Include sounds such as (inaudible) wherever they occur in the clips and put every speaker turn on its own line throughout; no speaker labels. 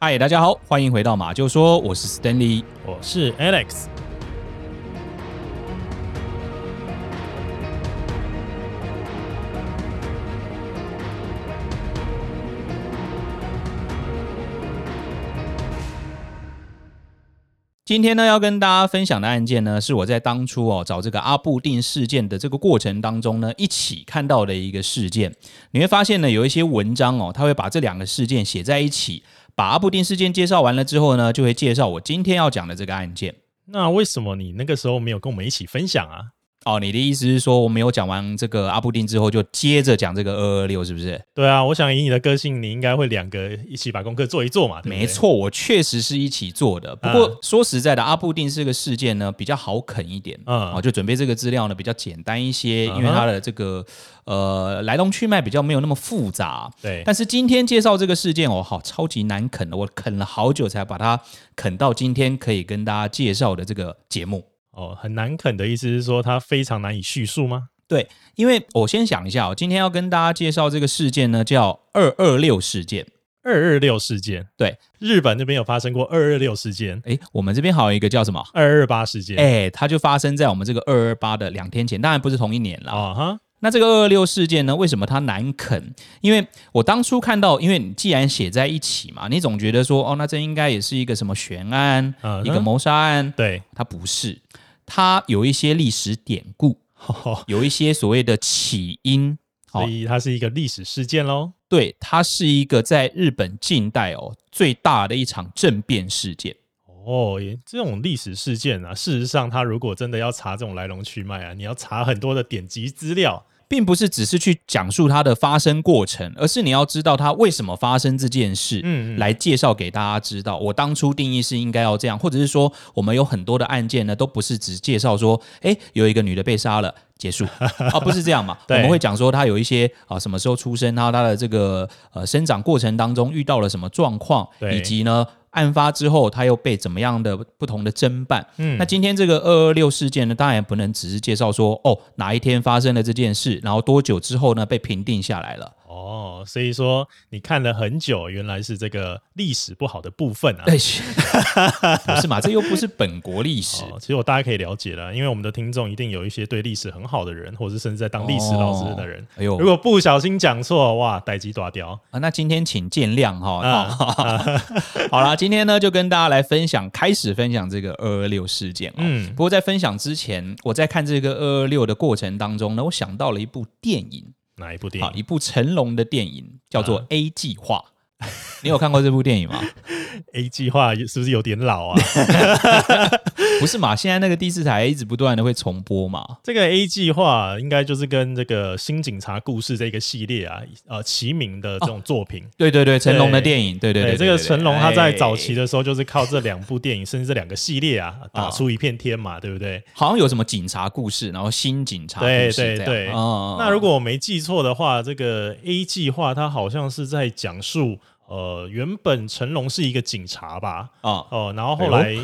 嗨，大家好，欢迎回到马就说，我是 Stanley。
我是 Alex。
今天呢，要跟大家分享的案件呢，是我在当初哦找这个阿布定事件的这个过程当中呢，一起看到的一个事件。你会发现呢，有一些文章哦，他会把这两个事件写在一起。把阿布定事件介绍完了之后呢，就会介绍我今天要讲的这个案件。
那为什么你那个时候没有跟我们一起分享啊？
哦，你的意思是说，我没有讲完这个阿布定之后，就接着讲这个二二六，是不是？
对啊，我想以你的个性，你应该会两个一起把功课做一做嘛，对不对
没，错，我确实是一起做的。不过、
嗯
说实在的，阿布定这个事件呢比较好啃一点，
嗯
哦，就准备这个资料呢比较简单一些，
嗯哼
因为它的这个呃来龙去脉比较没有那么复杂。
对，
但是今天介绍这个事件，哦，好，超级难啃的，我啃了好久才把它啃到今天可以跟大家介绍的这个节目。
哦，很难啃的意思是说它非常难以叙述吗？
对，因为我先想一下哦，今天要跟大家介绍这个事件呢，叫二二六事件。
二二六事件，
对，
日本那边有发生过二二六事件、
诶，我们这边还有一个叫什么？
二二八事件，
哎、它就发生在我们这个二二八的两天前，当然不是同一年啦。
啊哈，
那这个二二六事件呢，为什么它难啃？因为我当初看到，因为你既然写在一起嘛，你总觉得说，哦，那这应该也是一个什么悬案，
嗯哼
一个谋杀案， (laughs)
对，
它不是，它有一些历史典故，
哦
有一些所谓的起因。
所以它是一个历史事件喽。
对，它是一个在日本近代哦最大的一场政变事件。
哦，也这种历史事件啊，事实上，它如果真的要查这种来龙去脉啊，你要查很多的典籍资料，
并不是只是去讲述它的发生过程，而是你要知道它为什么发生这件事，
嗯嗯
来介绍给大家知道。我当初定义是应该要这样，或者是说，我们有很多的案件呢，都不是只介绍说，诶，有一个女的被杀了。结
(laughs)
束啊，不是这样嘛？我
对
们会讲说她有一些啊，什么时候出生，然后她的这个呃生长过程当中遇到了什么状况，
对
以及呢案发之后她又被怎么样的不同的侦办，
嗯
那今天这个二二六事件呢，当然不能只是介绍说哦哪一天发生了这件事，然后多久之后呢被评定下来了。
哦，所以说你看了很久，原来是这个历史不好的部分啊。
哎， (laughs) 不是嘛？这又不是本国历史。
哦，其实我大家可以了解了，因为我们的听众一定有一些对历史很好的人，或者是甚至在当历史老师的人。
哎呦
如果不小心讲错，哇，逮鸡抓雕。
啊，那今天请见谅哈、
啊
哦 (laughs) 好啦，今天呢就跟大家来分享，开始分享这个二二六事件哦。
嗯
不过在分享之前，我在看这个二二六的过程当中呢，我想到了一部电影，
哪一部电
啊，
影
一部成龙的电影叫做
啊
《A 计划》。 (laughs) 你有看过这部电影
(laughs)
吗？
？A 计划是不是有点老啊？ (laughs)
不是嘛？现在那个第四台一直不断的会重播嘛。
这个 A 计划应该就是跟这个《新警察故事》这个系列啊，呃，齐名的这种作品。
对对对，成龙的
对
电哦影，对对对，哎
这个成龙他在早期
的
的时候，就是靠这两部电影，甚至这两个系
(laughs)
列啊，
哦
打出一片天嘛，对不对？
哎好像有什么警察故事，然后新警察故
对
事
对
这样
对
嗯嗯嗯
那如果我没记错的话，这个 A 计划它好像是在讲述，呃，原本成龙是一个警察吧，
啊，
哦、然后后来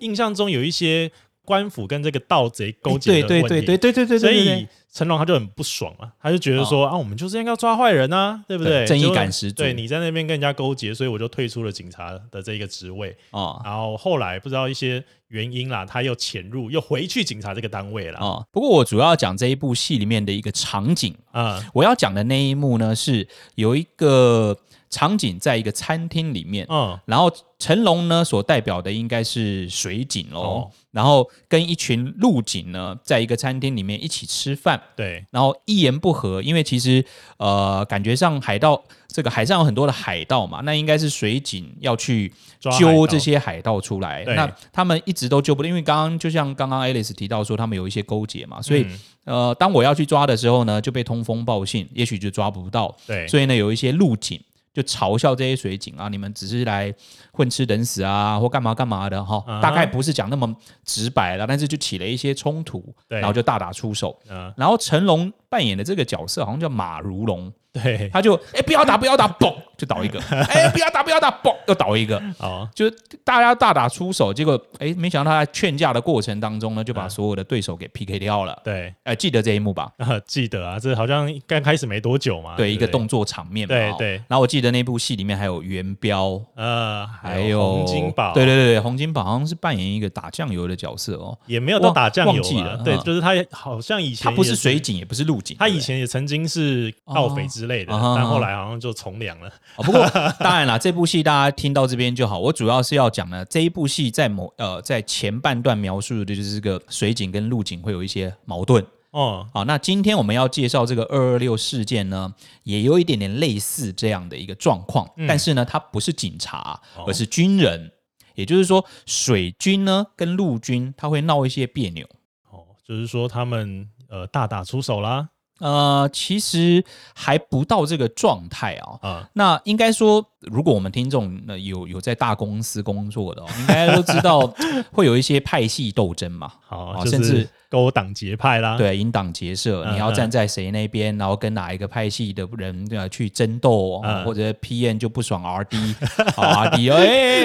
印象中有一些官府跟这个盗贼勾结
对
的问
哦对
题，
对对对对对，
所
对对哦
以成龙他就很不爽嘛，他就觉得说、啊，我们就是应该抓坏人啊，对不
对
对？
正义
就
感十足
对，你在那边跟人家勾结，所以我就退出了警察的这个职位。
啊
然后后来不知道一些原因啦，他又潜入，又回去警察这个单位啦。
啊。不过我主要讲这一部戏里面的一个场景，
啊、
我要讲的那一幕呢是有一个场景在一个餐厅里面，
嗯
然后成龙呢所代表的应该是水警喽，
哦
然后跟一群陆警呢在一个餐厅里面一起吃饭，
对，
然后一言不合，因为其实呃感觉上海盗这个海上有很多的海盗嘛，那应该是水警要去
抓海
揪
盗
这些海盗出来，
对
那他们一直都揪不到，因为刚刚就像刚刚 Alice 提到说他们有一些勾结嘛，所以、
嗯
呃当我要去抓的时候呢，就被通风报信，也许就抓不到，
对，
所以呢，有一些路警就嘲笑这些水警啊，你们只是来混吃等死啊，或干嘛干嘛的哈。
嗯哼
大概不是讲那么直白了，但是就起了一些冲突，
对
然后就大打出手。
嗯
然后成龙扮演的这个角色好像叫马如龙，
(laughs)
(laughs)
对，
他就哎、不要打不要打，嘣就倒一
(laughs)
个，哎、不要打不要打，嘣又倒一个，
哦，
就大家大打出手，
(laughs)
结果哎、没想到他在劝架的过程当中呢，就
啊
把所有的对手给 PK 掉了。
对，
哎、记得这一幕吧？
啊，记得啊，这好像刚开始没多久嘛，
对，
不
一个动，作场面嘛。
啊对
哦
对
然后我记得那部戏里面还有元彪，
呃，
还
还
有
洪金宝，
哎对对对对，洪金宝好像是扮演一个打酱油的角色哦。
也没有到打酱
忘
油
记
啊
了，
对，
嗯
就是他也好像以
他
前
不是
也
水警，也不是陆警，
他
对不
以
对
前也曾经是盗匪之类的，
哦啊哈
但后来好像就从良了。
哦，不过 (laughs) 当然啦，这部戏大家听到这边就好。我主要是要讲呢，这一部戏在某呃在前半段描述的就是这个水警跟陆警会有一些矛盾。
哦，
好，那今天我们要介绍这个二二六事件呢，也有一点点类似这样的一个状况，
嗯
但是呢，它不是警察，
哦
而是军人。也就是说，水军呢跟陆军，它会闹一些别扭。
哦，就是说他们呃大打出手啦，
呃，其实还不到这个状态啊、
啊、
那应该说，如果我们听众呃有有在大公司工作的、哦，应该都知道
(laughs)
会有一些派系斗争嘛。
好，
啊
就
甚
是
至
勾党结派啦。，
对，引党结社，
啊嗯
你要站在谁那边，然后跟哪一个派系的人呃去争斗，哦
嗯
或者 PN 就不爽 RD，好 RD，哎哎，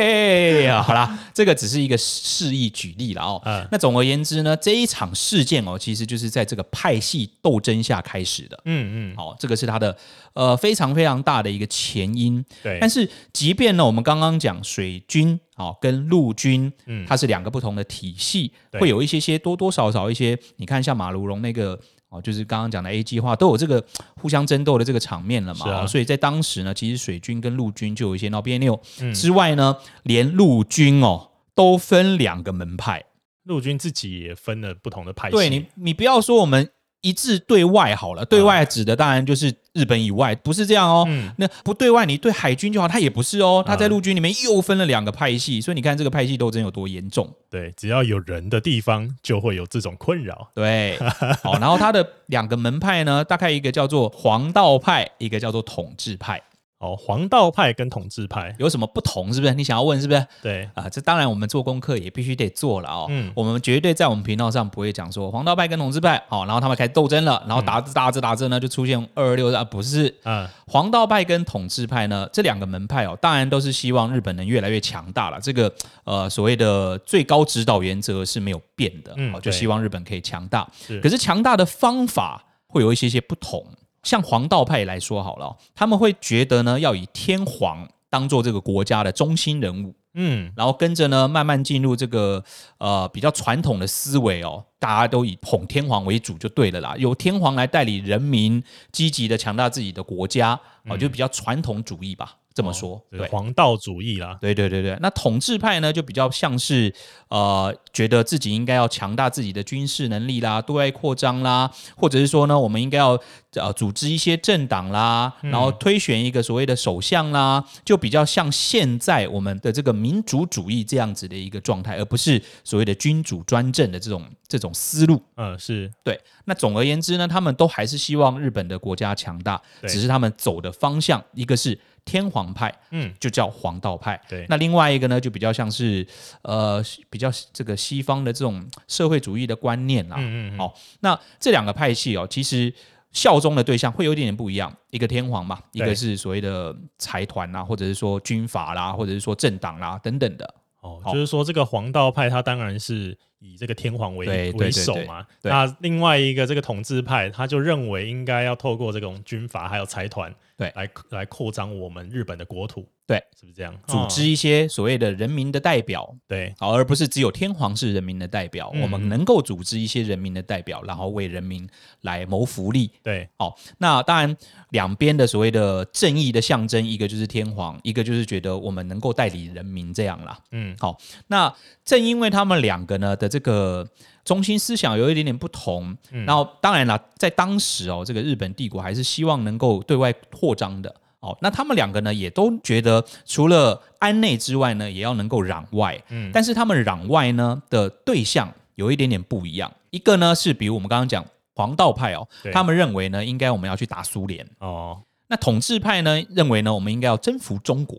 哎哎好啦，这个只是一个示意举例了
嗯
哦。那总而言之呢，这一场事件哦，其实就是在这个派系斗争下开始的。
嗯嗯，
好，这个是它的呃非常非常大的一个前因。
对，
但是，即便呢，我们刚刚讲水军啊、哦跟陆军，
嗯
它是两个不同的体系，
对
会有一些些多多少少一些，你看像马卢龙那个哦，就是刚刚讲的 A 计划，都有这个互相争斗的这个场面了嘛。
是啊
哦所以在当时呢，其实水军跟陆军就有一些闹别扭。
嗯
之外呢，连陆军哦都分两个门派。
陆军自己也分了不同的派系。
对你，你不要说我们一致对外好了，对外指的当然就是日本以外，不是这样哦。
嗯
那不对外，你对海军就好，他也不是哦，他在陆军里面又分了两个派系，所以你看这个派系斗争有多严重。
对，只要有人的地方就会有这种困扰。
对，好，然后他的两个门派呢，大概一个叫做黄道派，一个叫做统治派，
哦，黄道派跟统治派，
有什么不同？是不是？你想要问是不是？
对，
啊，这当然我们做功课也必须得做了哦。
嗯
我们绝对在我们频道上不会讲说黄道派跟统治派，好、然后他们开始斗争了，然
嗯
后打着打着打着呢，就出现二二六啊，不是。
啊、
黄道派跟统治派呢，这两个门派哦，当然都是希望日本能越来越强大了。这个呃，所谓的最高指导原则是没有变的，
嗯
哦，就
对
希望日本可以强大。
是
可是强大的方法会有一些些不同。像黄道派来说好了哦、他们会觉得呢，要以天皇当做这个国家的中心人物，
嗯，
然后跟着呢，慢慢进入这个呃比较传统的思维哦，大家都以捧天皇为主就对了啦，由天皇来带领人民，积极的强大自己的国家，哦，就比较传统主义吧，这么说，
就是
对。
黄道主义啦。
对对对对，那统治派呢，就比较像是呃，觉得自己应该要强大自己的军事能力啦，对外扩张啦，或者是说呢，我们应该要呃组织一些政党啦，然后推选一个所谓的首相啦，就比较像现在我们的这个民主主义这样子的一个状态，而不是所谓的君主专政的这种这种思路。
嗯，是
对，那总而言之呢，他们都还是希望日本的国家强大，
对
只是他们走的方向，一个是天皇派，
嗯，
就叫黄道派，
对
那另外一个呢，就比较像是呃，比较这个西方的这种社会主义的观念啦。
嗯嗯嗯
哦，那这两个派系哦，其实效忠的对象会有一点点不一样，一个天皇嘛，一
对
个是所谓的财团啊啦，或者是说军阀啦，或者是说政党啦等等的。
哦，
好
就是说这个黄道派，它当然是以这个天皇为
对对
为
对
首嘛。
对
那另外一个这个统治派，他就认为应该要透过这种军阀还有财团，
对
来来扩张我们日本的国土，
对，
是不是这样？
组织
哦、
一些所谓的人民的代表，
对，
好，而不是只有天皇是人民的代表，
嗯
我们能够组织一些人民的代表，然后为人民来谋福利。
对，
哦，那当然，两边的所谓的正义的象征，一个就是天皇，一个就是觉得我们能够代理人民这样啦。
嗯，
好、那正因为他们两个呢的这个中心思想有一点点不同，
嗯
然后当然啦，在当时哦，这个日本帝国还是希望能够对外扩张的。哦，那他们两个呢，也都觉得除了安内之外呢，也要能够攘外。
嗯
但是他们攘外呢的对象有一点点不一样，一个呢是比如我们刚刚讲黄道派哦
对，
他们认为呢，应该我们要去打苏联。
哦，
那统治派呢，认为呢，我们应该要征服中国。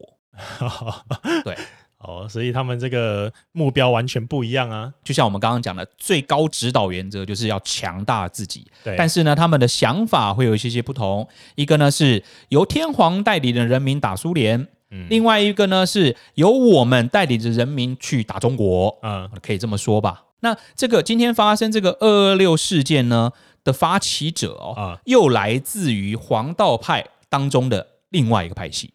对，
哦，所以他们这个目标完全不一样啊。
就像我们刚刚讲的，最高指导原则就是要强大自己。
对，
但是呢，他们的想法会有一些些不同。一个呢是由天皇带领的人民打苏联，
嗯
另外一个呢是由我们带领着人民去打中国，
嗯
可以这么说吧。那这个今天发生这个二二六事件呢的发起者哦，
啊，
又来自于黄道派当中的另外一个派系。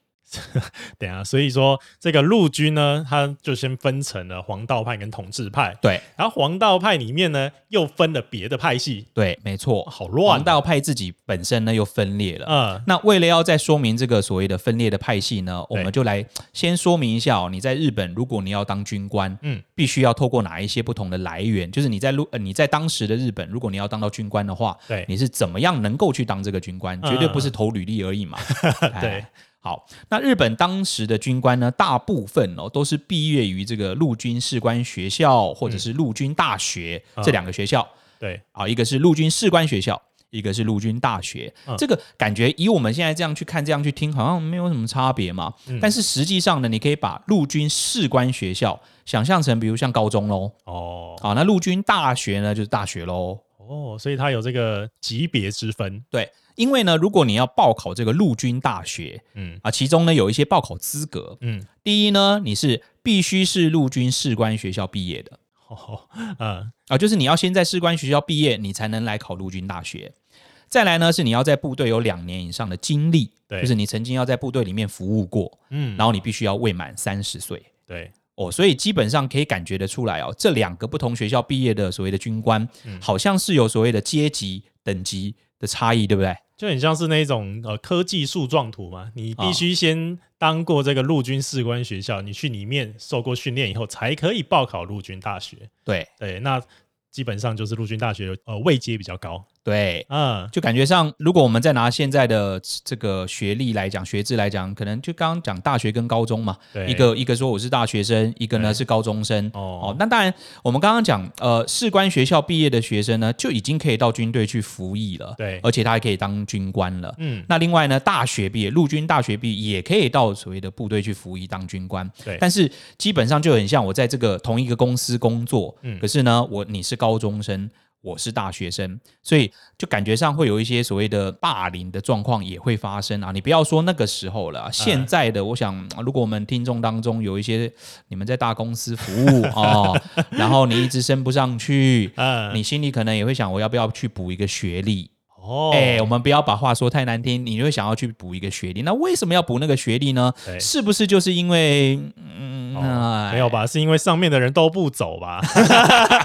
等一下，啊所以说这个陆军呢，它就先分成了黄道派跟统治派，
对
然后黄道派里面呢又分了别的派系，
对，没错
哇，好
黄
乱啊。
道派自己本身呢又分裂了。
嗯
那为了要再说明这个所谓的分裂的派系呢，我
对
们就来先说明一下哦。你在日本，如果你要当军官，
嗯，
必须要透过哪一些不同的来源？就是你在路、呃，你在当时的日本，如果你要当到军官的话，
对
你是怎么样能够去当这个军官？
嗯
绝对不是投履历而已嘛。哎
(laughs) 对。
(laughs) 好，那日本当时的军官呢，大部分哦都是毕业于这个陆军士官学校或者是陆军大学、
嗯
这两个学校。
对，
啊，一个是陆军士官学校，一个是陆军大学。
嗯
这个感觉以我们现在这样去看、这样去听，好像没有什么差别嘛。
嗯
但是实际上呢，你可以把陆军士官学校想象成，比如像高中喽，
哦
啊，那陆军大学呢就是大学喽。
哦，所以它有这个级别之分，
对，因为呢，如果你要报考这个陆军大学
嗯
啊，其中呢有一些报考资格，
嗯，
第一呢，你是必须是陆军士官学校毕业的。
哦，嗯
啊，就是你要先在士官学校毕业，你才能来考陆军大学。再来呢，是你要在部队有两年以上的经历，
对
就是你曾经要在部队里面服务过，
嗯，
然后你必须要未满三十岁
对，
哦。所以基本上可以感觉得出来哦，这两个不同学校毕业的所谓的军官，
嗯
好像是有所谓的阶级等级的差异，对不对？
就很像是那种呃科技树状图嘛，你
啊
必须先当过这个陆军士官学校，你去里面受过训练以后，才可以报考陆军大学。
对
对，那基本上就是陆军大学呃位阶比较高。
对。
嗯，
就感觉上，如果我们再拿现在的这个学历来讲、学制来讲，可能就刚刚讲大学跟高中嘛，
对，
一个一个说我是大学生，一个呢
对
是高中生。
哦
哦，那当然，我们刚刚讲，呃，士官学校毕业的学生呢，就已经可以到军队去服役了，
对
而且他还可以当军官了。
嗯
那另外呢，大学毕业，陆军大学毕业也可以到所谓的部队去服役当军官。
对
但是基本上就很像我在这个同一个公司工作，
嗯
可是呢，我你是高中生，我是大学生，所以就感觉上会有一些所谓的霸凌的状况也会发生啊。你不要说那个时候
嗯
了啊，现在的我想，如果我们听众当中有一些你们在大公司服
(laughs)
务哦，然后你一直升不上去。
嗯
你心里可能也会想，我要不要去补一个学历？
哦
哎、我们不要把话说太难听，你就会想要去补一个学历。那为什么要补那个学历呢？
对
是不是就是因为嗯、
哎哦
哎
没有吧？是因为上面的人都不走吧？ (laughs)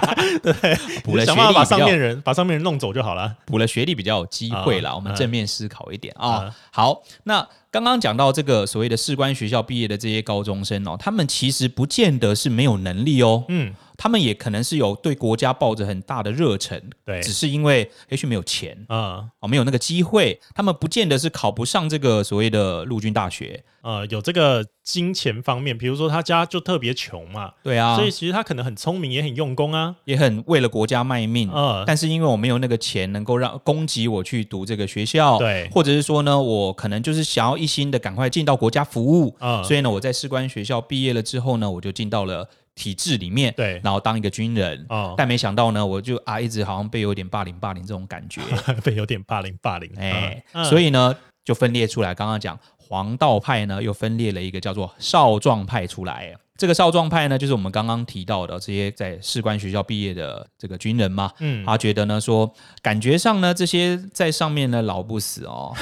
补了学
想办
历
法把
比
上
较
面人把上面人弄走就好了。
补了学历比较有机会啦。
啊
我们
嗯
正面思考一点啊、
嗯
好，那刚刚讲到这个所谓的士官学校毕业的这些高中生哦，他们其实不见得是没有能力哦，
嗯，
他们也可能是有对国家抱着很大的热忱，
对，
只是因为也许没有钱。
嗯
哦，没有那个机会，他们不见得是考不上这个所谓的陆军大学，
呃，有这个金钱方面，比如说他家就特别穷嘛，
对啊，
所以其实他可能很聪明，也很用功啊。
也很为了国家卖命。
嗯，
但是因为我没有那个钱能够让供给我去读这个学校，
对
或者是说呢，我可能就是想要一心的赶快进到国家服务，
嗯
所以呢，我在士官学校毕业了之后呢，我就进到了体制里面，
对
然后当一个军人。
哦，
但没想到呢，我就啊一直好像被有点霸凌霸凌这种感觉，
(laughs) 被有点霸凌霸凌，
哎，
嗯
所以呢就分裂出来。刚刚讲黄道派呢，又分裂了一个叫做少壮派出来。这个少壮派呢，就是我们刚刚提到的这些在士官学校毕业的这个军人嘛，
嗯，
他觉得呢，说感觉上呢，这些在上面呢老不死
(laughs)
哦，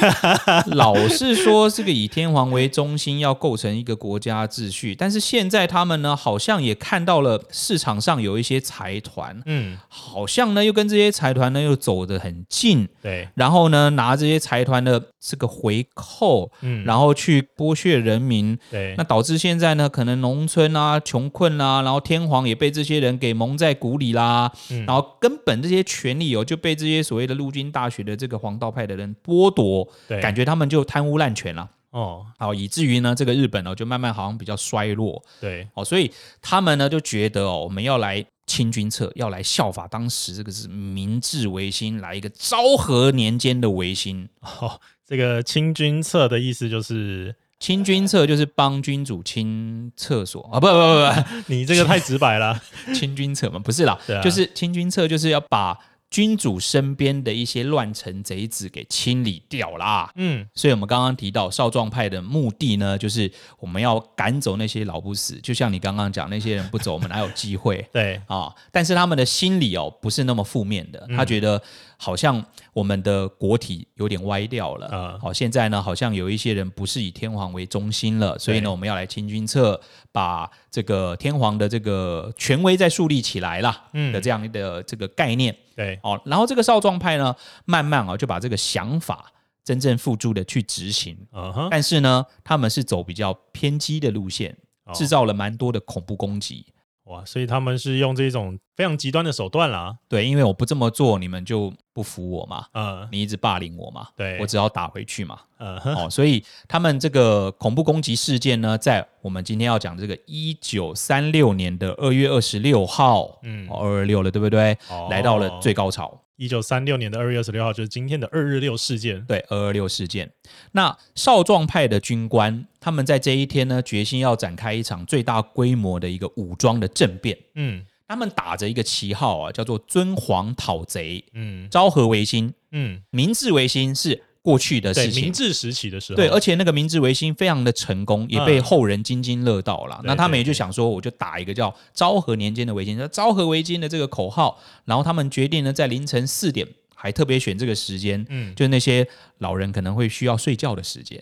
老是说这个以天皇为中心要构成一个国家秩序，但是现在他们呢，好像也看到了市场上有一些财团，
嗯，
好像呢又跟这些财团呢又走得很近，
对，
然后呢拿这些财团的这个回扣，
嗯，
然后去剥削人民，
对
那，导致现在呢，可能农村啊、穷困啊，然后天皇也被这些人给蒙在鼓里啦，
嗯
然后根本这些权利哦就被这些所谓的陆军大学的这个黄道派的人剥夺，
对，
感觉他们就贪污滥权了。
哦，
好，以至于呢，这个日本哦，就慢慢好像比较衰落
对，
哦，所以他们呢就觉得哦，我们要来清君侧，要来效法当时这个是明治维新，来一个昭和年间的维新，
哦，这个清君侧的意思就是
清君侧就是帮君主清厕所啊，不不不
你这个太直
(laughs)
白了，
不，清君侧嘛，不是啦，
对啊
就是清君侧就是要把君主身边的一些乱臣贼子给清理掉啦。
嗯，
所以我们刚刚提到少壮派的目的呢，就是我们要赶走那些老不死，就像你刚刚讲，那些人不走，我们哪有机会？
对，
啊、但是他们的心理哦不是那么负面
嗯
的，他觉得好像我们的国体有点歪掉了，好、
啊
现在呢好像有一些人不是以天皇为中心了，所以呢我们要来清君侧，把这个天皇的这个权威再树立起来啦、
嗯
的这样的这个概念
对，
哦，然后这个少壮派呢慢慢哦就把这个想法真正付诸的去执行，
嗯哼，
但是呢他们是走比较偏激的路线，
哦
制造了蛮多的恐怖攻击。
哇，所以他们是用这种非常极端的手段啦，
对，因为我不这么做，你们就不服我嘛，
嗯
你一直霸凌我嘛，
对
我只好打回去嘛。
嗯哼，
哦，所以他们这个恐怖攻击事件呢，在我们今天要讲这个一九三六年的二月二十六号，
嗯
嗯，二二六了，对不对？
哦
来到了最高潮，
一九三六年的二月二十六号，就是今天的二日六事件。
对，二二六事件。那少壮派的军官，他们在这一天呢，决心要展开一场最大规模的一个武装的政变。
嗯
他们打着一个旗号啊，叫做“尊皇讨贼，
嗯
昭和维新”。
嗯，
明治维新是过去的
对，
事
明
情。
治时期的时候，
对，而且那个明治维新非常的成功，也被
嗯
后人津津乐道了。
对
那他们
对
也就
对
想说，我就打一个叫“昭和年间的维新”，昭和维新的这个口号。然后他们决定呢，在凌晨四点，还特别选这个时间，
嗯，
就是那些老人可能会需要睡觉的时间。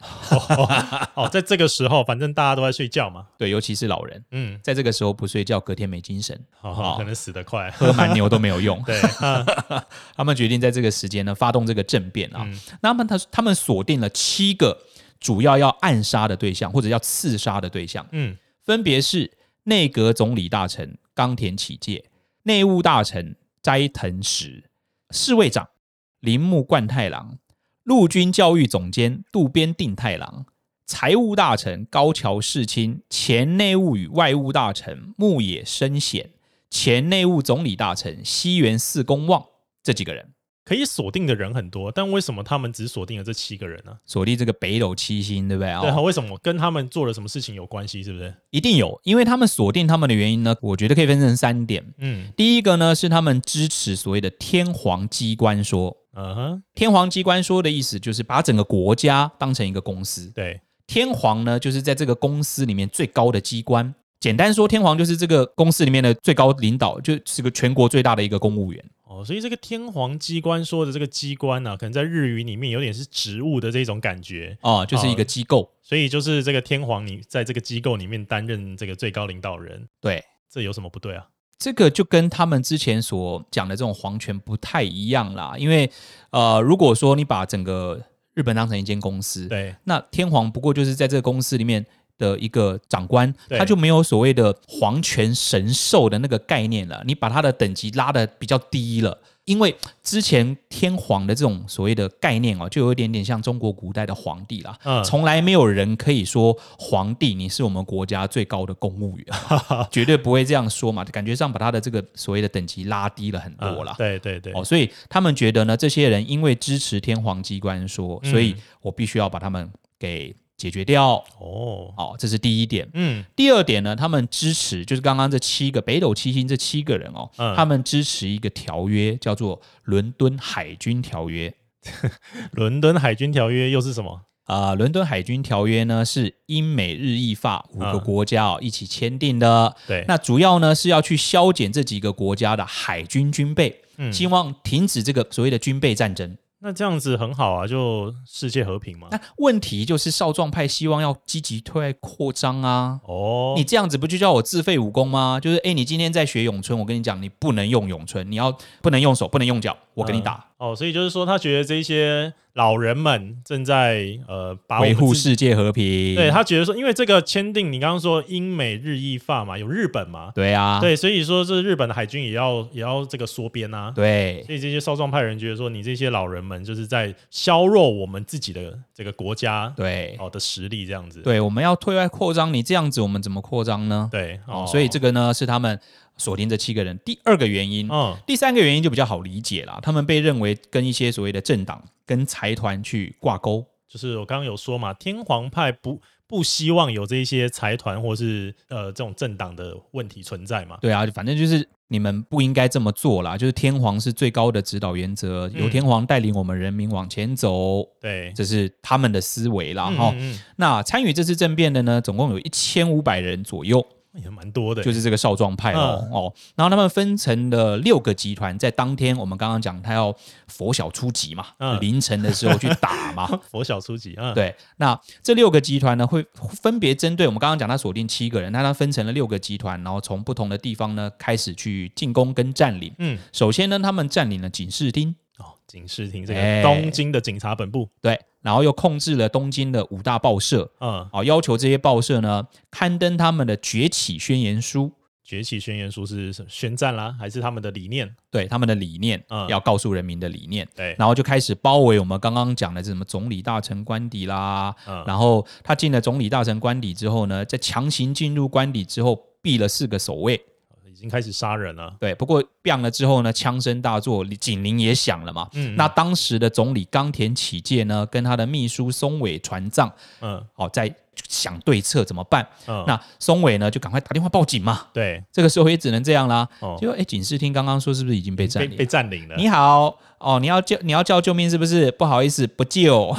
哦，在这个时候，反正大家都在睡觉嘛，
对，尤其是老人，
嗯，
在这个时候不睡觉，隔天没精神，
好、
好
可能死得快，
喝蛮牛都没有用。
对，
(laughs) 他们决定在这个时间呢，发动这个政变啊。那么他他们锁定了七个主要要暗杀的对象，或者要刺杀的对象。
嗯
分别是内阁总理大臣冈田启介、内务大臣斋藤实、侍卫长铃木贯太郎、陆军教育总监渡边定太郎、财务大臣高桥世清、前内务与外务大臣牧野深显、前内务总理大臣西原四公望这几个人。
可以锁定的人很多，但为什么他们只锁定了这七个人呢、
锁定这个北斗七星，对不对啊？
对啊，为什么跟他们做了什么事情有关系？是不是？
一定有，因为他们锁定他们的原因呢，我觉得可以分成三点。
嗯
第一个呢是他们支持所谓的天皇机关说。
嗯哼，
天皇机关说的意思就是把整个国家当成一个公司，
对，
天皇呢就是在这个公司里面最高的机关。简单说，天皇就是这个公司里面的最高领导，就是个全国最大的一个公务员。
哦，所以这个天皇机关说的这个机关啊呢、可能在日语里面有点是职务的这种感觉，
啊、就是一个机构。
所以就是这个天皇你在这个机构里面担任这个最高领导人，
对，
这有什么不对啊？
这个就跟他们之前所讲的这种皇权不太一样啦。因为呃，如果说你把整个日本当成一间公司，
对，
那天皇不过就是在这个公司里面的一个长官，
对
他就没有所谓的皇权神授的那个概念了。你把他的等级拉的比较低了，因为之前天皇的这种所谓的概念哦，就有一点点像中国古代的皇帝啦。
嗯
从来没有人可以说皇帝你是我们国家最高的公务员，绝对不会这样说嘛。感觉上把他的这个所谓的等级拉低了很
嗯
多啦。
对对对，
哦，所以他们觉得呢，这些人因为支持天皇机关说，所以
嗯
我必须要把他们给解决掉。
哦，
哦，这是第一点。
嗯
第二点呢，他们支持就是刚刚这七个北斗七星这七个人哦，
嗯
他们支持一个条约，叫做《伦敦海军条约》。
伦敦海军条约又是什么？
啊、伦敦海军条约呢是英美日意法五个
嗯
国家哦、一起签订的。
对，
那主要呢是要去削减这几个国家的海军军备，
嗯
希望停止这个所谓的军备战争。
那这样子很好啊，就世界和平嘛。
那问题就是少壮派希望要积极对外扩张啊。
哦，
你这样子不就叫我自废武功吗？就是哎诶，你今天在学咏春，我跟你讲，你不能用咏春，你要不能用手，不能用脚，我跟你打，
哦，所以就是说，他觉得这些老人们正在呃把我
维
们
护
自己，
世界和平。
对他觉得说，因为这个签订，你刚刚说英美日意法嘛，有日本嘛，
对啊，
对，所以说这日本的海军也要也要这个缩编啊。
对
所以这些少壮派人觉得说，你这些老人们就是在削弱我们自己的这个国家
对
哦的实力，这样子。
对，我们要对外扩张，你这样子我们怎么扩张呢？
对，
哦，所以这个呢是他们锁定这七个人第二个原因。
嗯
第三个原因就比较好理解啦，他们被认为跟一些所谓的政党、跟财团去挂钩，
就是我刚刚有说嘛，天皇派不不希望有这些财团或是呃这种政党的问题存在嘛。
对啊，反正就是你们不应该这么做啦。就是天皇是最高的指导原则，
嗯
由天皇带领我们人民往前走，
对，
这是他们的思维啦。哈、
嗯嗯
那参与这次政变的呢，总共有一千五百人左右，
嗯也蛮多的，
就是这个少壮派哦、
嗯
哦。然后他们分成了六个集团，在当天我们刚刚讲，他要拂晓出击嘛，
嗯
凌晨的时候去打嘛。
佛小初级啊，嗯，
对，那这六个集团呢，会分别针对我们刚刚讲，他锁定七个人，那他分成了六个集团，然后从不同的地方呢开始去进攻跟占领。
嗯，
首先呢，他们占领了警视厅，
哦，警视厅这个
哎
东京的警察本部，
对，然后又控制了东京的五大报社，
嗯，
啊、要求这些报社呢刊登他们的崛起宣言书，
崛起宣言书是什宣战啦，还是他们的理念？
对他们的理念，
嗯
要告诉人民的理念。
对，
然后就开始包围我们刚刚讲的这什么总理大臣官邸啦，
嗯
然后他进了总理大臣官邸之后呢，在强行进入官邸之后，毙了四个守卫。
已经开始杀人了，
对，不过毙了之后呢，枪声大作，警铃也响了嘛。
嗯，
那当时的总理冈田启介呢，跟他的秘书松尾传藏，
嗯
哦，在想对策怎么办。
嗯，
那松尾呢，就赶快打电话报警嘛。
对，
这个时候也只能这样啦。
哦，
结果哎，警视厅刚刚说是不是已经被占
被
领
被
了？
占领了，
你好，哦，你要叫你要叫救命是不是？不好意思，不救。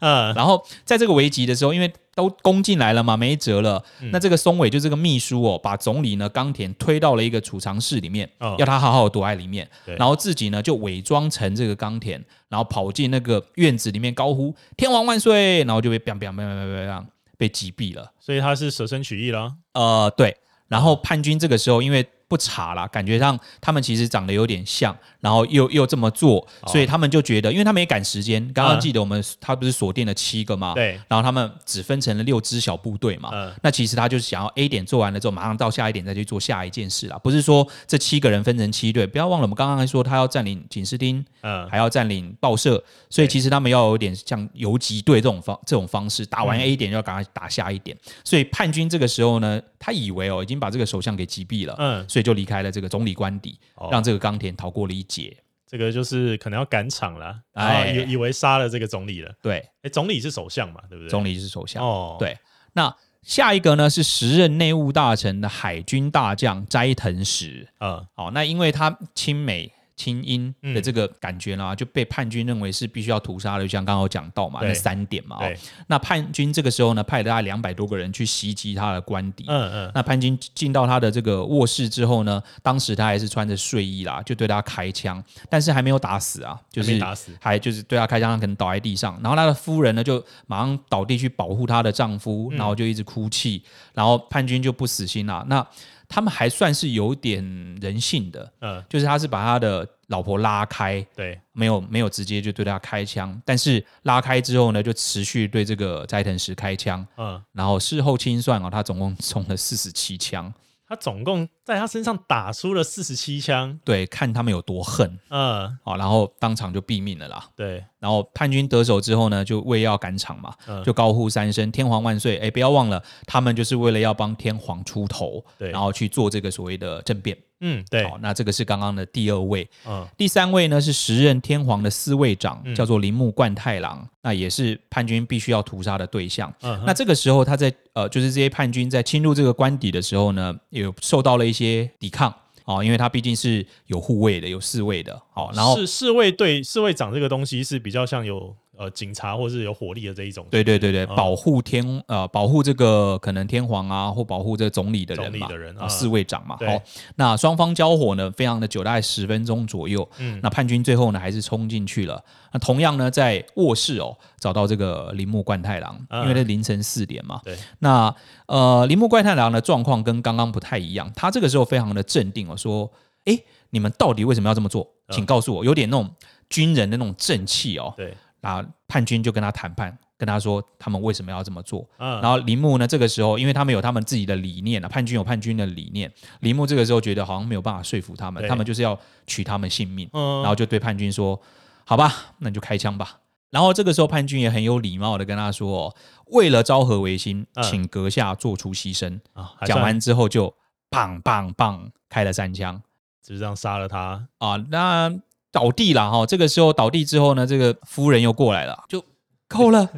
嗯
然后在这个危急的时候，因为都攻进来了嘛，没辙了。
嗯
那这个松尾就这个秘书哦，把总理呢冈田推到了一个储藏室里面，
哦
要他好好躲在里面。
对
然后自己呢就伪装成这个冈田，然后跑进那个院子里面高呼“天王万岁”，然后就被 biang biang biang biang biang biang 被击毙了。
所以他是舍身取义了，
呃，对。然后叛军这个时候因为不查啦，感觉上他们其实长得有点像，然后又又这么做，所以他们就觉得，因为他们也赶时间，刚
哦嗯
刚记得我们、他不是锁定了七个吗？
对，
然后他们只分成了六支小部队嘛。
嗯
那其实他就是想要 A 点做完了之后，马上到下一点再去做下一件事啦。不是说这七个人分成七队，不要忘了我们刚刚还说他要占领警视厅，
嗯
还要占领报社，所以
对
其实他们要有点像游击队这种方这种方式，打
嗯
完 A 点就要赶快打下一点。所以叛军这个时候呢，他以为哦已经把这个首相给击毙了，
嗯，
所以就离开了这个总理官邸，
哦
让这个冈田逃过了一劫。
这个就是可能要赶场了，然后
哎
以以为杀了这个总理了，
对，
哎，总理是首相嘛，对不对？
总理就是首相。
哦，
对那下一个呢是时任内务大臣的海军大将斋藤实。
嗯，
哦，那因为他亲美亲英的这个感觉呢，就被叛军认为是必须要屠杀的，就像刚刚有讲到嘛，
对
那三点嘛、哦
对。，
那叛军这个时候呢，派了大概两百多个人去袭击他的官邸。
嗯嗯，
那叛军进到他的这个卧室之后呢，当时他还是穿着睡衣啦，就对他开枪，但是还没有打死啊，就
还
是
没打死
还就是对他啊开枪，他可能倒在地上，然后他的夫人呢就马上倒地去保护她的丈夫，然后就一直哭泣，然后叛军就不死心啦。那他们还算是有点人性的，
嗯，
就是他是把他的老婆拉开，
对，
没有没有直接就对他开枪，但是拉开之后呢，就持续对这个斋藤实开枪，
嗯，
然后事后清算哦，他总共 (laughs) 中了四十七枪。
他总共在他身上打出了四十七枪，
对，看他们有多恨
嗯，
哦，然后当场就毙命了啦。
对，
然后叛军得手之后呢，就为要赶场嘛，
嗯
就高呼三声“天皇万岁”。哎，不要忘了，他们就是为了要帮天皇出头，
对
然后去做这个所谓的政变。
嗯，对，
好，那这个是刚刚的第二位。
嗯，
第三位呢是时任天皇的司卫长，
嗯
叫做铃木贯太郎，那也是叛军必须要屠杀的对象。
嗯
那这个时候，他在呃，就是这些叛军在侵入这个官邸的时候呢，有受到了一些抵抗哦，因为他毕竟是有护卫的，有侍卫的，好、然后
是侍卫队侍卫长这个东西是比较像有呃警察或是有火力的这一种，
对对对
嗯
对，保护天呃，保护这个可能天皇啊，或保护这个总理的人
总理
嘛，
的人
啊，
嗯
侍卫长嘛。
对
好，那双方交火呢，非常的久，大概十分钟左右。
嗯
那叛军最后呢，还是冲进去了。那同样呢，在卧室哦，找到这个铃木贯太郎，
嗯
因为是凌晨四点嘛。
对，
那呃，铃木贯太郎的状况跟刚刚不太一样，他这个时候非常的镇定哦，说：“哎，你们到底为什么要这么做？
嗯
请告诉我。”有点那种军人的那种正气哦。
对，
啊，叛军就跟他谈判，跟他说他们为什么要这么做。
嗯，
然后铃木呢，这个时候因为他们有他们自己的理念啊，叛军有叛军的理念，铃木这个时候觉得好像没有办法说服他们，
对
他们就是要取他们性命，
嗯
然后就对叛军说：“好吧，那你就开枪吧。”然后这个时候叛军也很有礼貌的跟他说、哦：“为了昭和维新，
嗯
请阁下做出牺牲。
啊，还
讲
算
完之后就砰砰砰开了三枪。
就是这样杀了他，
啊，那倒地了哈。这个时候倒地之后呢，这个夫人又过来了，就够
(laughs)
了，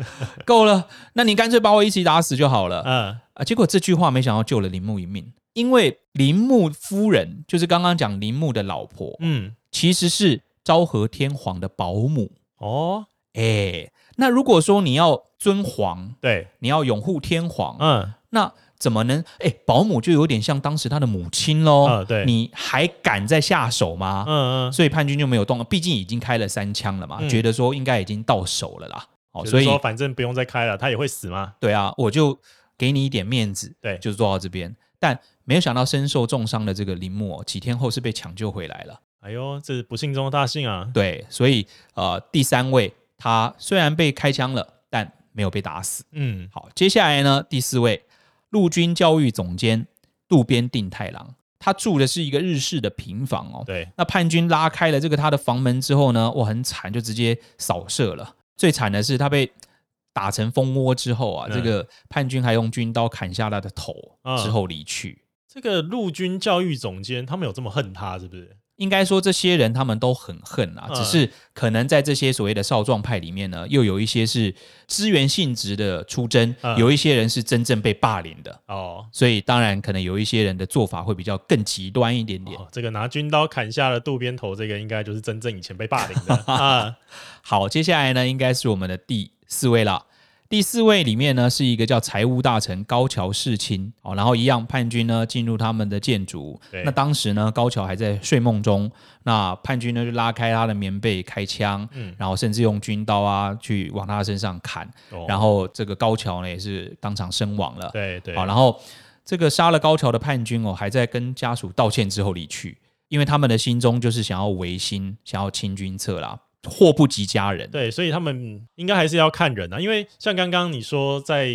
够了，那你干脆把我一起打死就好了。
嗯
啊，结果这句话没想到救了铃木一命，因为铃木夫人就是刚刚讲铃木的老婆，
嗯，
其实是昭和天皇的保姆。
哦，
哎、那如果说你要尊皇，
对，
你要拥护天皇，
嗯
那怎么能？哎、保姆就有点像当时他的母亲喽、
啊对
你还敢再下手吗？
嗯嗯，
所以叛军就没有动了，毕竟已经开了三枪了嘛，
嗯
觉得说应该已经到手了啦。哦，
就是
所以
说反正不用再开了，他也会死嘛。
对啊，我就给你一点面子，
对
就是做到这边。但没有想到身受重伤的这个铃木、哦，几天后是被抢救回来了。
哎呦，这是不幸中的大幸啊！
对，所以呃，第三位他虽然被开枪了，但没有被打死。
嗯，
好，接下来呢，第四位陆军教育总监渡边定太郎，他住的是一个日式的平房哦。
对，
那叛军拉开了这个他的房门之后呢，哇，很惨，就直接扫射了。最惨的是他被打成蜂窝之后啊，
嗯
这个叛军还用军刀砍下他的头，啊
嗯
之后离去。
这个陆军教育总监他们有这么恨他是不是？
应该说，这些人他们都很恨啊，
嗯
只是可能在这些所谓的少壮派里面呢，又有一些是支援性质的出征，
嗯
有一些人是真正被霸凌的，
哦，
所以当然可能有一些人的做法会比较更极端一点点。
哦这个拿军刀砍下了渡边头，这个应该就是真正以前被霸凌
(laughs)
的啊。
好，接下来呢，应该是我们的第四位了。第四位里面呢，是一个叫财务大臣高桥世清哦，然后一样叛军呢进入他们的建筑
对。
那当时呢，高桥还在睡梦中，那叛军呢就拉开他的棉被开枪，
嗯
然后甚至用军刀啊去往他的身上砍，
哦
然后这个高桥呢也是当场身亡了。
对对，
好，然后这个杀了高桥的叛军哦，还在跟家属道歉之后离去，因为他们的心中就是想要维新，想要清君侧啦，祸不及家人。
对，所以他们应该还是要看人啊，因为像刚刚你说在。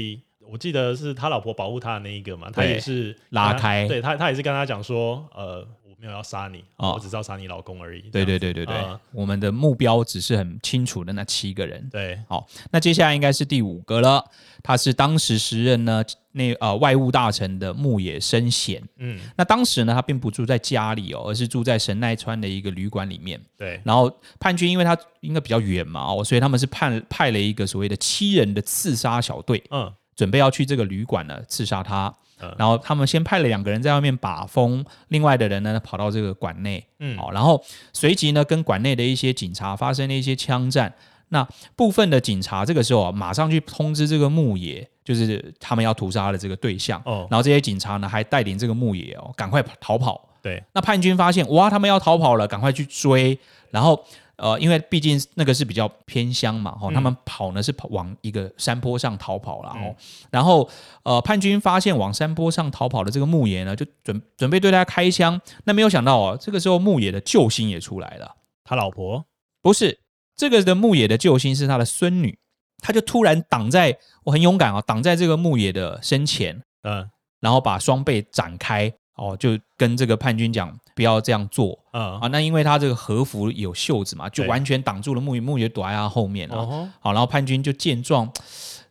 我记得是他老婆保护他的那一个嘛，他
对
也是
拉
跟他
开
对他，他也是跟他讲说，呃，我没有要杀你，
哦
我只是要杀你老公而已。
对
这
对
样
对对对，
嗯
我们的目标只是很清楚的那七个人。
对，
好，那接下来应该是第五个了，他是当时时任呢那呃外务大臣的牧野深贤。
嗯，
那当时呢，他并不住在家里哦，而是住在神奈川的一个旅馆里面。
对，
然后叛军因为他应该比较远嘛哦，所以他们是派派了一个所谓的七人的刺杀小队，
嗯，
准备要去这个旅馆呢刺杀他
嗯。
然后他们先派了两个人在外面把风，另外的人呢跑到这个馆内，哦
嗯
好、然后随即呢跟馆内的一些警察发生了一些枪战。那部分的警察这个时候啊，马上去通知这个牧野，就是他们要屠杀的这个对象。
哦，
然后这些警察呢还带领这个牧野哦，赶快逃跑。
对，
那叛军发现哇，他们要逃跑了，赶快去追。然后呃，因为毕竟那个是比较偏乡嘛，哦，
嗯
他们跑呢是跑往一个山坡上逃跑了哦。
嗯
然后呃，叛军发现往山坡上逃跑的这个牧野呢，就准准备对他开枪。那没有想到哦，这个时候牧野的救星也出来了，
他老婆，
不是这个的牧野的救星是他的孙女，他就突然挡在，我很勇敢哦，挡在这个牧野的身前，
嗯
然后把双臂展开哦，就跟这个叛军讲不要这样做。
嗯，
啊，那因为他这个和服有袖子嘛，就
对
完全挡住了木鱼，木鱼躲在他后面啊。
哦，
好，然后叛军就见状，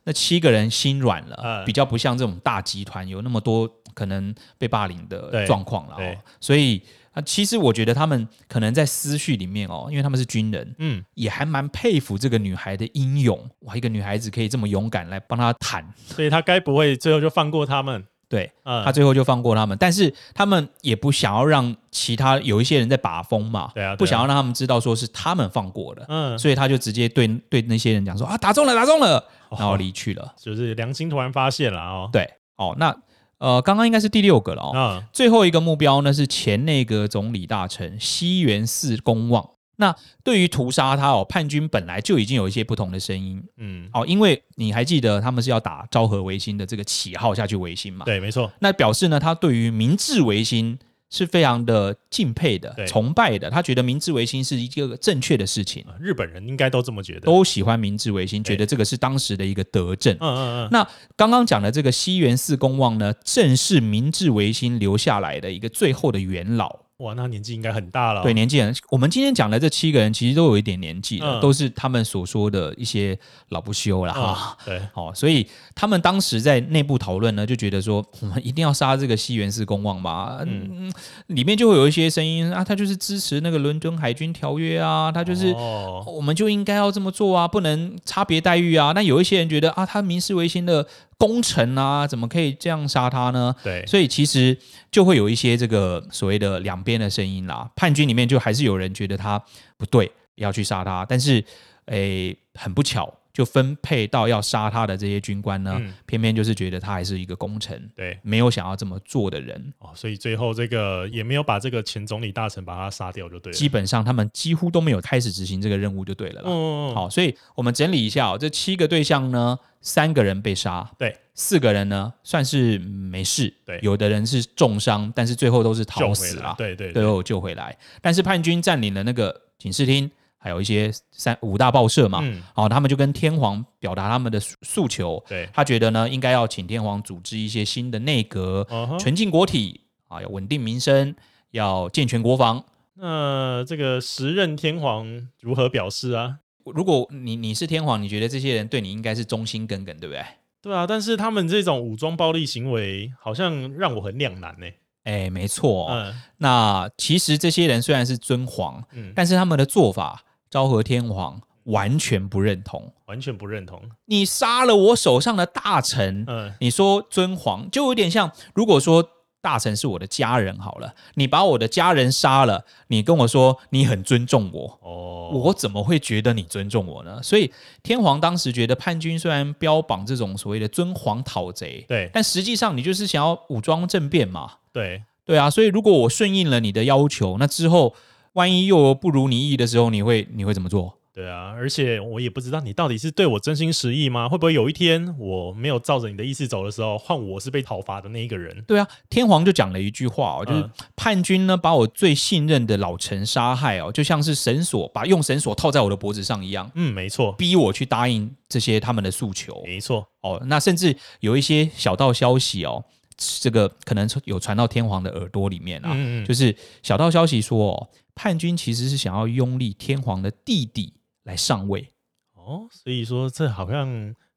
那七个人心软了，
嗯
比较不像这种大集团有那么多可能被霸凌的
对
状况了、哦
对。
所以啊，其实我觉得他们可能在思绪里面哦，因为他们是军人，
嗯，
也还蛮佩服这个女孩的英勇。哇，一个女孩子可以这么勇敢来帮她谈，
所以他该不会最后就放过他们？
对。
嗯，
他最后就放过他们，但是他们也不想要让其他有一些人在把风嘛，
对啊对啊
不想要让他们知道说是他们放过的，
嗯，
所以他就直接对对那些人讲说啊，打中了，打中了，
哦
然后离去了。
就是良心突然发现了哦，
对，哦，那呃，刚刚应该是第六个了哦。
嗯，
最后一个目标呢是前内阁总理大臣西园寺公望。那对于屠杀他哦，叛军本来就已经有一些不同的声音
嗯，
哦，因为你还记得他们是要打昭和维新的这个旗号下去维新嘛？
对，没错，
那表示呢，他对于明治维新是非常的敬佩的、
对
崇拜的。他觉得明治维新是一个正确的事情，
呃日本人应该都这么觉得。
都喜欢明治维新，觉
对
得这个是当时的一个德政
嗯。嗯嗯，
那刚刚讲的这个西园寺公望呢，正是明治维新留下来的一个最后的元老。
哇，那年纪应该很大了。哦
对，，年纪人，我们今天讲的这七个人其实都有一点年纪了，
嗯
都是他们所说的一些老不休了哈。
啊，对，
好、所以他们当时在内部讨论呢，就觉得说， (laughs) 我们一定要杀这个西园寺公望吧。嗯，里面就会有一些声音啊，他就是支持那个伦敦海军条约啊，他就是、
哦，
我们就应该要这么做啊，不能差别待遇啊。那有一些人觉得啊，他明治维新的功臣啊，怎么可以这样杀他呢？
对，
所以其实就会有一些这个所谓的两边的声音啦。叛军里面就还是有人觉得他不对，要去杀他，但是诶、很不巧，就分配到要杀他的这些军官呢，
嗯
偏偏就是觉得他还是一个功臣，
对，
没有想要这么做的人。
哦，所以最后这个也没有把这个前总理大臣把他杀掉就对了。
基本上他们几乎都没有开始执行这个任务就对了啦。
嗯，
好，所以我们整理一下哦，这七个对象呢，三个人被杀，
对，
四个人呢算是没事，
对
有的人是重伤，但是最后都是
救
逃
回
死啊
来
啦，，
对对
最
对，
后救回来。但是叛军占领了那个警视厅，还有一些三五大报社嘛，
嗯，
哦，他们就跟天皇表达他们的诉诉求，
对，
他觉得呢应该要请天皇组织一些新的内阁，
嗯哼
纯净国体啊，要稳定民生，要健全国防。
那这个时任天皇如何表示啊？
如果你你是天皇，你觉得这些人对你应该是忠心耿耿，对不对？
对啊，但是他们这种武装暴力行为，好像让我很两难呢、
哎，没错、
嗯
那其实这些人虽然是尊皇，
嗯，
但是他们的做法，昭和天皇完全不认同。
完全不认同。
你杀了我手上的大臣，
嗯，
你说尊皇，就有点像，如果说大臣是我的家人好了，你把我的家人杀了，你跟我说你很尊重我。
哦，
我怎么会觉得你尊重我呢？所以天皇当时觉得叛军虽然标榜这种所谓的尊皇讨贼，
对
但实际上你就是想要武装政变嘛。
对，
对啊，所以如果我顺应了你的要求，那之后万一又有不如你意的时候，你会你会怎么做？
对啊，而且我也不知道你到底是对我真心实意吗？会不会有一天我没有照着你的意思走的时候，换我是被讨伐的那一个人？
对啊，天皇就讲了一句话哦，就是
嗯
叛军呢把我最信任的老臣杀害哦，就像是绳索把用绳索套在我的脖子上一样，
嗯，没错，
逼我去答应这些他们的诉求
没错，
哦。那甚至有一些小道消息哦，这个可能有传到天皇的耳朵里面啊，
嗯嗯，
就是是小道消息说、哦，叛军其实是想要拥立天皇的弟弟来上位。
哦，所以说这好像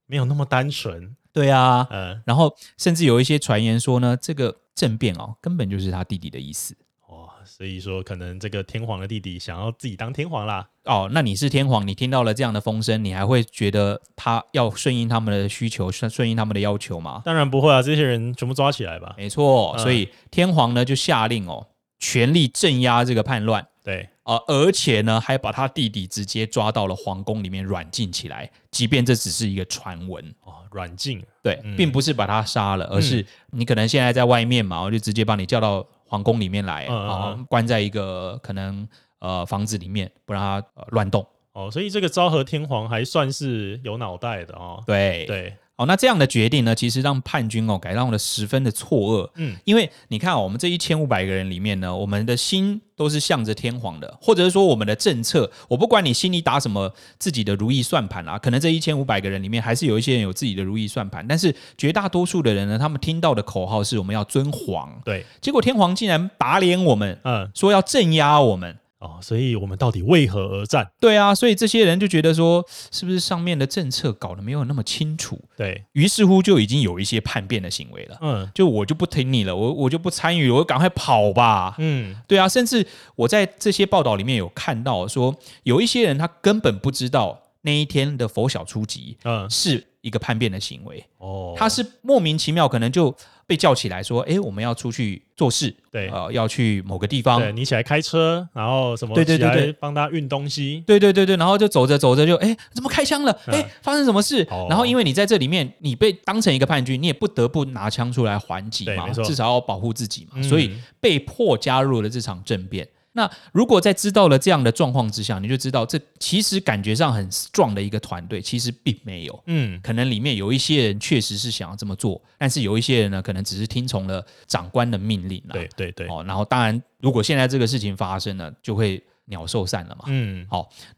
没有那么单纯。
对啊，
嗯，
然后甚至有一些传言说呢，这个政变哦，根本就是他弟弟的意思
哦，所以说可能这个天皇的弟弟想要自己当天皇啦。
哦。那你是天皇，你听到了这样的风声，你还会觉得他要顺应他们的需求，顺顺应他们的要求吗？
当然不会啊，这些人全部抓起来吧。
没错，
嗯
所以天皇呢就下令哦，全力镇压这个叛乱。
对，
啊、而且呢，还把他弟弟直接抓到了皇宫里面软禁起来，即便这只是一个传闻，
哦，软禁，
对，
嗯
并不是把他杀了，而是你可能现在在外面嘛，我就直接把你叫到皇宫里面来，
嗯嗯嗯
然后关在一个可能呃房子里面，不让他、呃乱动。
哦，所以这个昭和天皇还算是有脑袋的哦。
对，
对，
哦，那这样的决定呢，其实让叛军哦感到了十分的错愕。
嗯，
因为你看、哦，我们这一千五百个人里面呢，我们的心都是向着天皇的，或者是说我们的政策，我不管你心里打什么自己的如意算盘啦、啊可能这一千五百个人里面还是有一些人有自己的如意算盘，但是绝大多数的人呢，他们听到的口号是我们要尊皇，
对，
结果天皇竟然打脸我们，
嗯，
说要镇压我们。
哦，所以我们到底为何而战？
对啊，所以这些人就觉得说，是不是上面的政策搞得没有那么清楚？
对，
于是乎就已经有一些叛变的行为了。
嗯
就我就不听你了，我我就不参与了，我赶快跑吧。
嗯，
对啊，甚至我在这些报道里面有看到说，有一些人他根本不知道那一天的佛晓初级
嗯，
是一个叛变的行为，
哦，
他是莫名其妙可能就被叫起来说，诶，我们要出去做事，
对
呃，要去某个地方。
对你起来开车，然后什么
对对对
起来
对
帮他运东西，
对对对对，然后就走着走着就，诶，怎么开枪了？诶，发生什么事？
嗯哦
然后因为你在这里面，你被当成一个叛军，你也不得不拿枪出来还击
对
嘛
没，错
至少要保护自己嘛，
嗯
所以被迫加入了这场政变。那如果在知道了这样的状况之下，你就知道这其实感觉上很壮的一个团队，其实并没有。
嗯，
可能里面有一些人确实是想要这么做，但是有一些人呢，可能只是听从了长官的命令啦。
对对对，
哦，然后当然，如果现在这个事情发生了，就会鸟兽散了嘛。
嗯，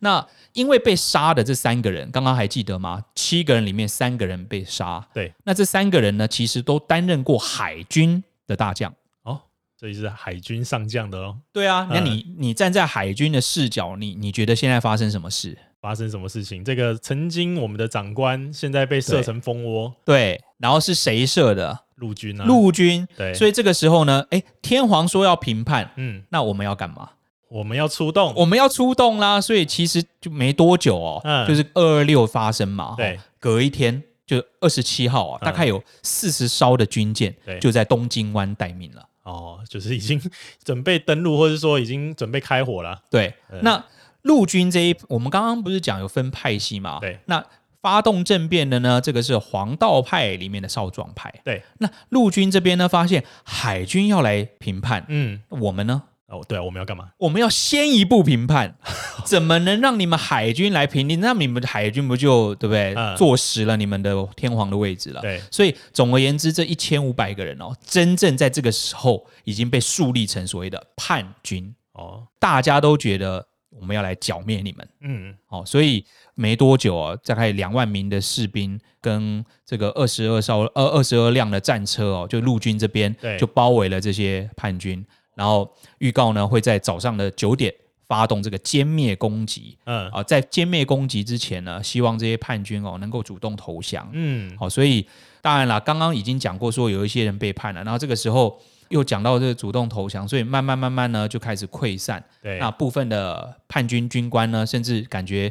那因为被杀的这三个人，刚刚还记得吗？七个人里面三个人被杀，
对。
那这三个人呢，其实都担任过海军的大将。
哦，这是海军上将的哦。
对啊，那
嗯
你、你站在海军的视角，你你觉得现在发生什么事？
发生什么事情？这个曾经我们的长官现在被射成蜂窝，
对，然后是谁设的？
陆军啊，
陆军。
对，
所以这个时候呢，哎，天皇说要评判，
嗯，
那我们要干嘛？
我们要出动，
我们要出动啦，所以其实就没多久哦，
嗯
就是二二六发生嘛，
对
哦，隔一天就二十七号啊，
嗯
大概有四十艘的军舰
对
就在东京湾待命了。
哦，就是已经准备登陆，或者说已经准备开火了。
对，
嗯
那陆军这一，我们刚刚不是讲有分派系嘛？
对，
那。发动政变的呢，这个是黄道派里面的少壮派。
对，
那陆军这边呢，发现海军要来评判，
嗯，
我们呢，
哦，对啊，我们要干嘛？
我们要先一步评
(laughs)
判，怎么能让你们海军来评定？那你们海军不就对不对？
嗯
坐实了你们的天皇的位置了。
对，
所以总而言之，这一千五百个人哦，真正在这个时候已经被树立成所谓的叛军，
哦，
大家都觉得我们要来剿灭你们。
嗯，
哦，所以没多久哦，大概两万名的士兵跟这个二十二艘呃二十二辆的战车哦，就陆军这边
对
就包围了这些叛军，然后预告呢会在早上的九点发动这个歼灭攻击
嗯，
啊、在歼灭攻击之前呢，希望这些叛军哦能够主动投降。
嗯，
好、所以当然啦，刚刚已经讲过说有一些人背叛了，然后这个时候又讲到这个主动投降，所以慢慢慢慢呢就开始溃散。
对，
那部分的叛军军官呢，甚至感觉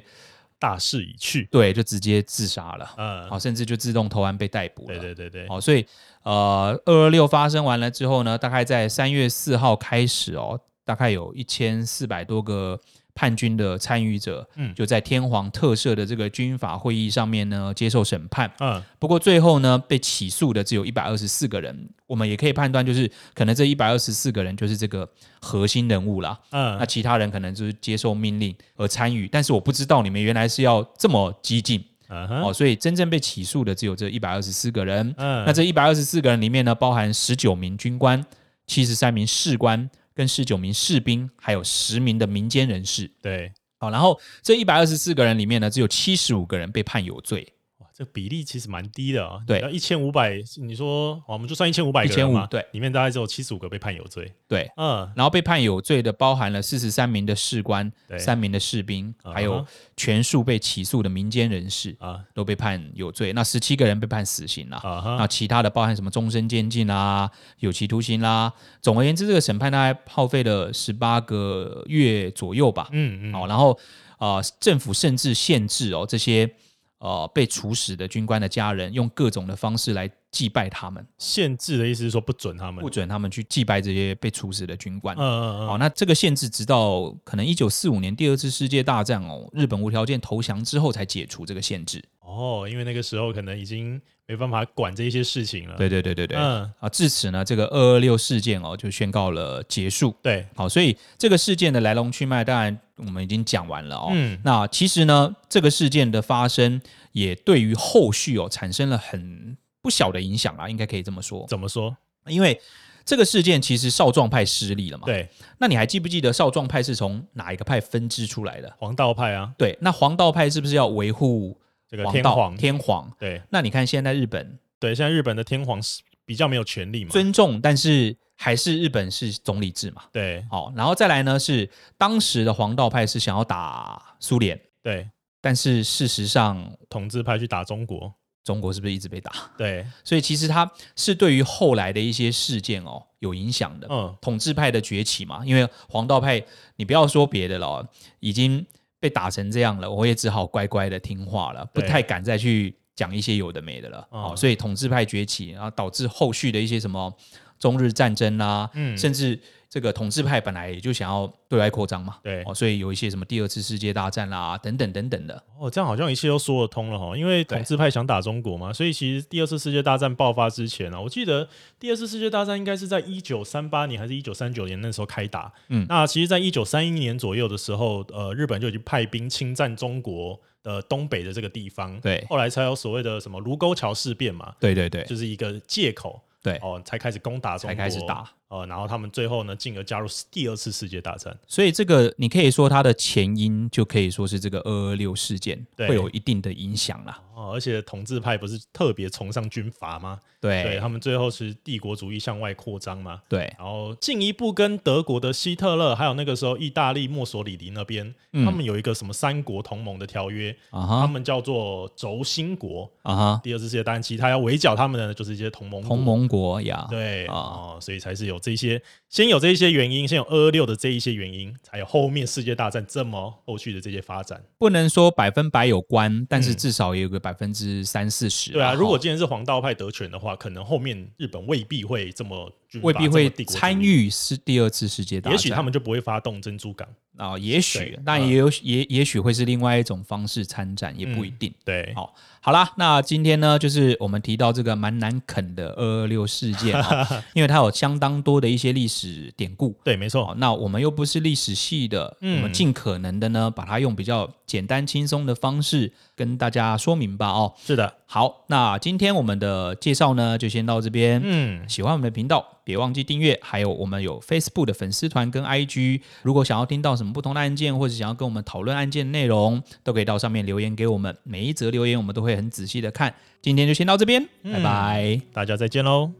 大势已去。
对，就直接自杀了，
嗯，
好、甚至就自动投案被逮捕了。
对对对对，
好、所以呃，二二六发生完了之后呢，大概在三月四号开始哦，大概有一千四百多个叛军的参与者，
嗯
就在天皇特赦的这个军法会议上面呢接受审判。
嗯，
不过最后呢，被起诉的只有一百二十四个人，我们也可以判断，就是可能这一百二十四个人就是这个核心人物啦。那
嗯，
其他人可能就是接受命令而参与，但是我不知道你们原来是要这么激进、
嗯哼，
哦，所以真正被起诉的只有这一百二十四个人。
嗯，
那这一百二十四个人里面呢，包含十九名军官、七十三名士官、跟十九名士兵，还有十名的民间人士。
对，
好、然后这一百二十四个人里面呢，只有七十五个人被判有罪，
哇，这比例其实蛮低的啊。
对
一千五百，你说，哦我们就算一千五百个人
1500
嘛，
对，
里面大概只有七十五个被判有罪。
对。
嗯，
然后被判有罪的包含了四十三名的士官、
对
三名的士兵，
嗯哼
还有全数被起诉的民间人士。
啊
都被判有罪，那十七个人被判死刑啦、
啊
那
哈，
其他的包含什么终身监禁啦、有期徒刑啦、总而言之，这个审判大概耗费了十八个月左右吧。哦
嗯嗯，
好、然后呃，政府甚至限制哦这些呃被处死的军官的家人，用各种的方式来祭拜他们，
限制的意思是说不准他们
不。准他们去祭拜这些被处死的军官。
嗯嗯
好、
嗯，
哦那这个限制直到可能一九四五年第二次世界大战哦，日本无条件投降之后才解除这个限制。
哦，因为那个时候可能已经没办法管这些事情了。
对对对对对，
嗯，
啊，至此呢，这个二二六事件哦就宣告了结束。
对，
好，所以这个事件的来龙去脉，当然我们已经讲完了哦。
嗯
那其实呢，这个事件的发生也对于后续哦产生了很不小的影响啊，应该可以这么说。
怎么说？
因为这个事件其实少壮派失利了嘛。。
对，
那你还记不记得少壮派是从哪一个派分支出来的？
黄道派啊，
对。那黄道派是不是要维护
这个
黄
天
道
皇，
天皇？
对
那你看现在日本
对，现在日本的天皇是比较没有权力嘛。
尊重，但是还是日本是总理制嘛？
对
好、然后再来呢是当时的黄道派是想要打苏联，
对，
但是事实上
统治派去打中国。
中国是不是一直被打？
对，
所以其实它是对于后来的一些事件哦有影响的。
嗯，
统治派的崛起嘛，因为黄道派你不要说别的了哦，已经被打成这样了，我也只好乖乖的听话了，不
对
太敢再去讲一些有的没的了。
嗯
哦，所以统治派崛起，然后导致后续的一些什么中日战争啦、
嗯
甚至这个统治派本来也就想要对外扩张嘛，
对
哦，所以有一些什么第二次世界大战啦，等等等等的，
哦，这样好像一切都说得通了哈，因为
对
统治派想打中国嘛，所以其实第二次世界大战爆发之前啊，我记得第二次世界大战应该是在一九三八年还是一九三九年那时候开打，
嗯
那其实，在一九三一年左右的时候，呃，日本就已经派兵侵占中国的东北的这个地方，
对
后来才有所谓的什么卢沟桥事变嘛，
对对对
就是一个借口，
对
哦，才开始攻打中
才
国，
开始打，
呃，然后他们最后呢，进而加入第二次世界大战。
所以这个你可以说它的前因就可以说是这个二二六事件
对
会有一定的影响啦。
哦，而且统治派不是特别崇尚军阀吗？对
对
他们最后是帝国主义向外扩张嘛，
对
然后进一步跟德国的希特勒，还有那个时候意大利墨索里尼那边，
嗯
他们有一个什么三国同盟的条约，
啊
他
哈
们叫做轴心国。
啊哈，
第二次世界大战期，他要围剿他们的就是一些同盟国
同盟国呀，
对
啊
哦，所以才是有这些，先有这些原因，先有二二六的这一些原因，才有后面世界大战这么后续的这些发展。
不能说百分百有关，但是
嗯
至少也有个百分之三四十。
对啊，
哈
如果今天是黄道派得权的话，可能后面日本未必会这么军阀
未必会
这么帝国主义
参，与是第二次世界大战，
也许他们就不会发动珍珠港。
啊、也许
对，
但
嗯
也有、也也许会是另外一种方式参战，也不一
嗯
定。
对，
好，好啦，那今天呢，就是我们提到这个蛮难啃的二二六事件、
(laughs)
哦，因为它有相当多的一些历史典故。
对，没
哦
错，，
那我们又不是历史系的，
嗯
我们尽可能的呢，把它用比较简单轻松的方式跟大家说明吧。哦，
是的，
好，那今天我们的介绍呢，就先到这边。
嗯，
喜欢我们的频道，别忘记订阅。还有我们有 Facebook 的粉丝团跟 IG，如果想要听到什么不同的案件，或者想要跟我们讨论案件内容，都可以到上面留言给我
嗯
们。每一则留言我们都会很仔细的看。今天就先到这边，拜拜。
大家再见喽。